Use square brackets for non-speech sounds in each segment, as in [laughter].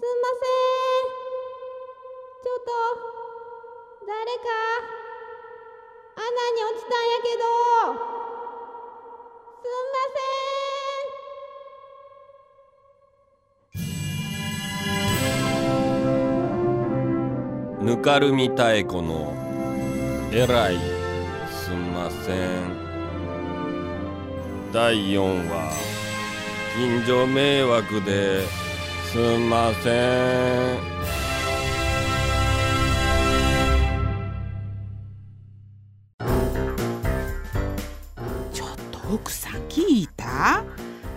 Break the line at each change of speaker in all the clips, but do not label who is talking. すんませんちょっと誰か穴に落ちたんやけどすんません
ぬかるみ太鼓のえらいすんません第4話近所迷惑ですんません
ちょっと奥さん聞いた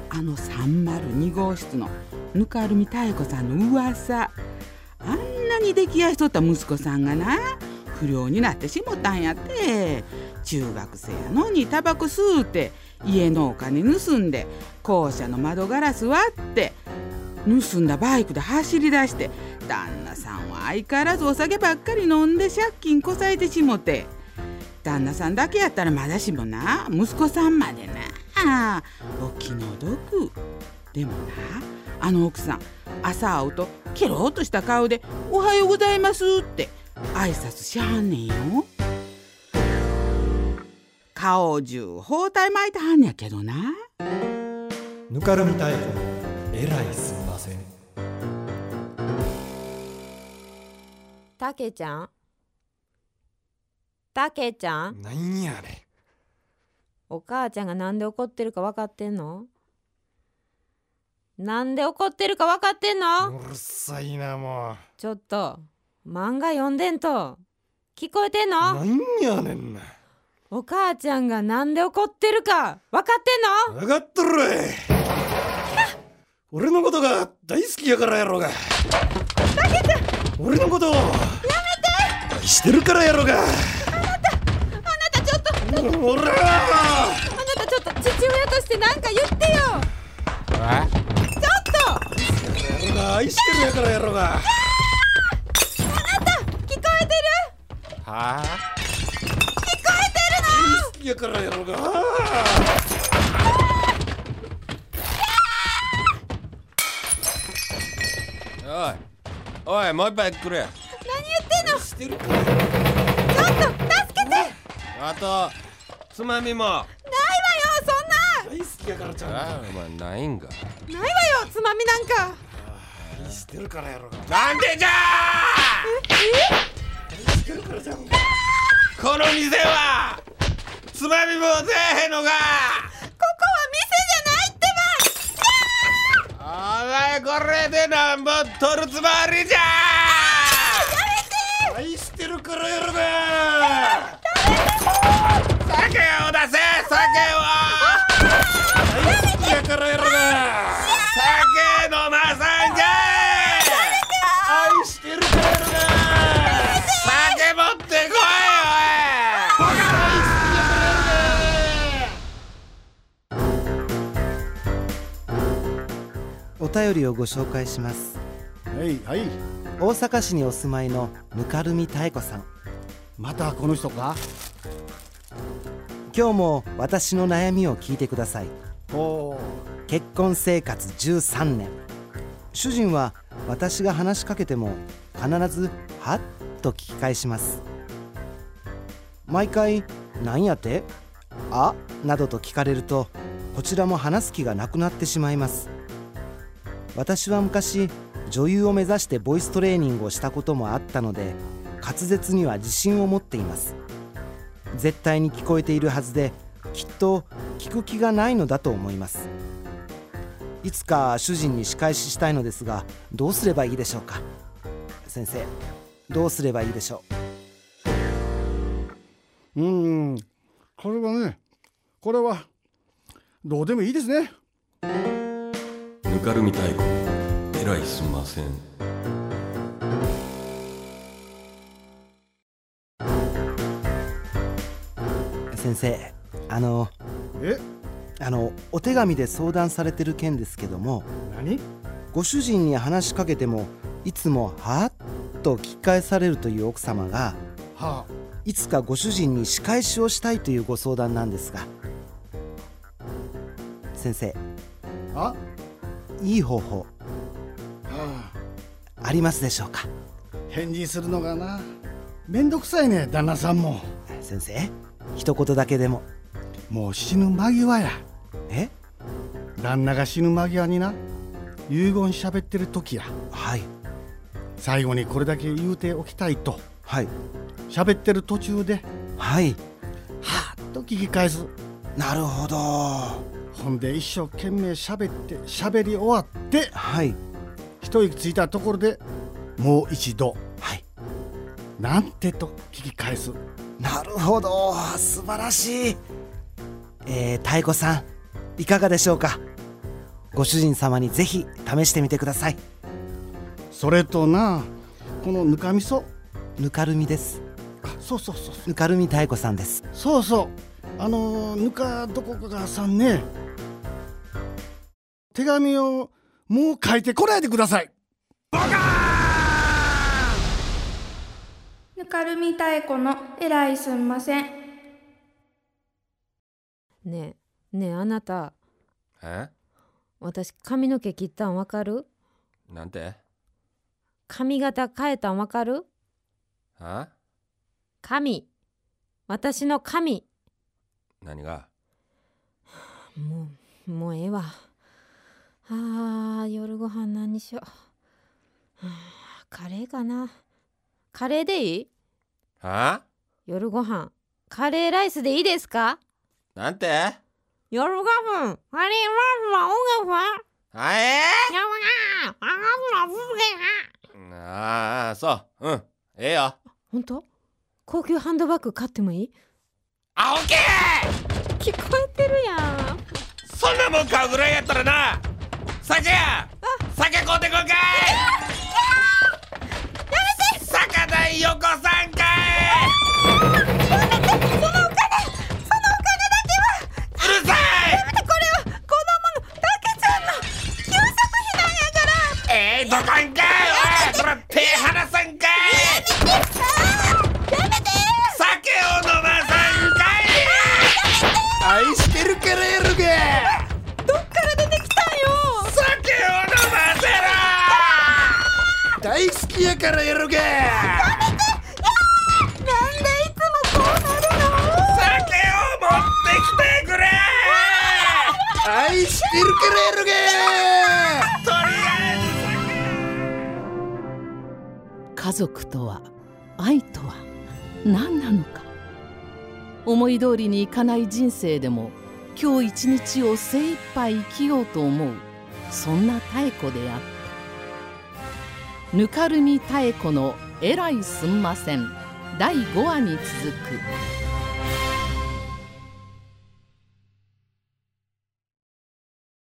あの302号室のぬかるみ妙子さんの噂あんなに溺愛しとった息子さんがな不良になってしもたんやって中学生やのにタバコ吸うて家のお金盗んで校舎の窓ガラス割って盗んだバイクで走り出して旦那さんは相変わらずお酒ばっかり飲んで借金こさえてしもて。旦那さんだけやったらまだしもな息子さんまでなお気の毒でもなあの奥さん朝会うとケロッとした顔で「おはようございます」って挨拶しはんねんよ顔中包帯巻いてはんねやけどな
ぬかるみたいえらいすみません
たけちゃんたけちゃん
なんやあれ
お母ちゃんがなんで怒ってるか分かってんのなんで怒ってるか分かってんの
うるさいなもう
ちょっと漫画読んでんと聞こえてんの
なんやねんな
お母ちゃんがなんで怒ってるか分かってんの
分かっとるわい俺のことが大好きやからやろうが俺のことをやめて愛してるからやろう
あ
が
なたちょっとあ
俺は
なたちょっと父親としてなんか言ってよちょっと
俺が愛してるやからやろうが
聞こえて
はあ
好きやからやろうが
おいおいもう一杯くれ
る何言ってんの
してる
ちょっと助けてないわよ
あとつまみもあ
そ
大好きやからちゃんと
あお前ないんか
んなんないわよつまみなんか
愛してるからやろうが
なんでじゃ
愛してるからちゃんと
ーこの店はつまみもせえへんのか
ここは店じゃないってば
お前これでなんぼ取るつもりじゃー
愛してるからやろうが
酒を出せ酒を
大好きやからやろうが
酒飲まさんじゃい
愛してるからやろうが
酒持ってこいおい
お便りをご紹介します
はいはい
大阪市にお住まいのぬかるみ太子さん
またこの人か
今日も私の悩みを聞いてください
おお
結婚生活13年主人は私が話しかけても必ず「はっ」と聞き返します毎回「なんやて?」「あ」などと聞かれるとこちらも話す気がなくなってしまいます私は昔女優を目指してボイストレーニングをしたこともあったので滑舌には自信を持っています絶対に聞こえているはずできっと聞く気がないのだと思いますいつか主人に仕返ししたいのですがどうすればいいでしょうか先生どうすればいいでしょう
うーんこれはねこれはどうでもいいですね
ぬかるみ太鼓えらいすんません
先生あの
え
あのお手紙で相談されてる件ですけども
何
ご主人に話しかけてもいつも「はっ」と聞き返されるという奥様が
はい
つかご主人に仕返しをしたいというご相談なんですが先生
ああ
いい方法
はあ
ありますでしょうか
返事するのがなめんどくさいね旦那さんも
先生一言だけでも
もう死ぬ間際や
え
旦那が死ぬ間際にな遺言喋ってる時や
はい
最後にこれだけ言うておきたいと
はい
喋ってる途中で
はい
はっと聞き返す
なるほどは
ほんで一生懸命喋って喋り終わって
い
一息ついたところでもう一度
はい
なんてと聞き返す
なるほど素晴らしいえー、太鼓さんいかがでしょうかご主人様にぜひ試してみてください
それとなこのぬかみそ
ぬかるみです
あそうそうそうそう
ぬかるみ太鼓さんです
そうそうあのぬかどこかさんね手紙をもう書いてこないでください
ぬかるみ太鼓のえらいすんません。
ねえねえあなた
え
私髪の毛切ったんわかる
なんて
髪型変えたんわかる
あ
髪私の髪
何が
もうもうええわあー夜ご飯何にしようはあ [sighs] カレーかなカレーでいい
あ
夜ご飯カレーライスでいいですか
なんてあ
夜ご飯カレーライスはおがふ
え
やばあがふらふ
ーああそううんええよ
ほんと高級ハンドバッグ買ってもいい
あオッケー
聞こえてるやん
そんなもん買うぐらいやったらな酒や酒買うてこんかいやめて酒代よこさんかいやめてそのお金そのお金だけはうるさいやめてこれは子供のたけちゃんの給食費なんやからええどかんかいおいそら手離さんかい酒を飲まさんかい愛してるからやるが
どっから出てきたんよ
酒を飲ませろ大好きやからやるが
なんでいつもこうなるの
酒を持ってきてくれ愛してるからやるがとりあえず
家族とは愛とは何なのか思い通りにいかない人生でも今日一日を精一杯生きようと思うそんな妙子であったぬかるみ妙子の「えらいすんません」第5話に続く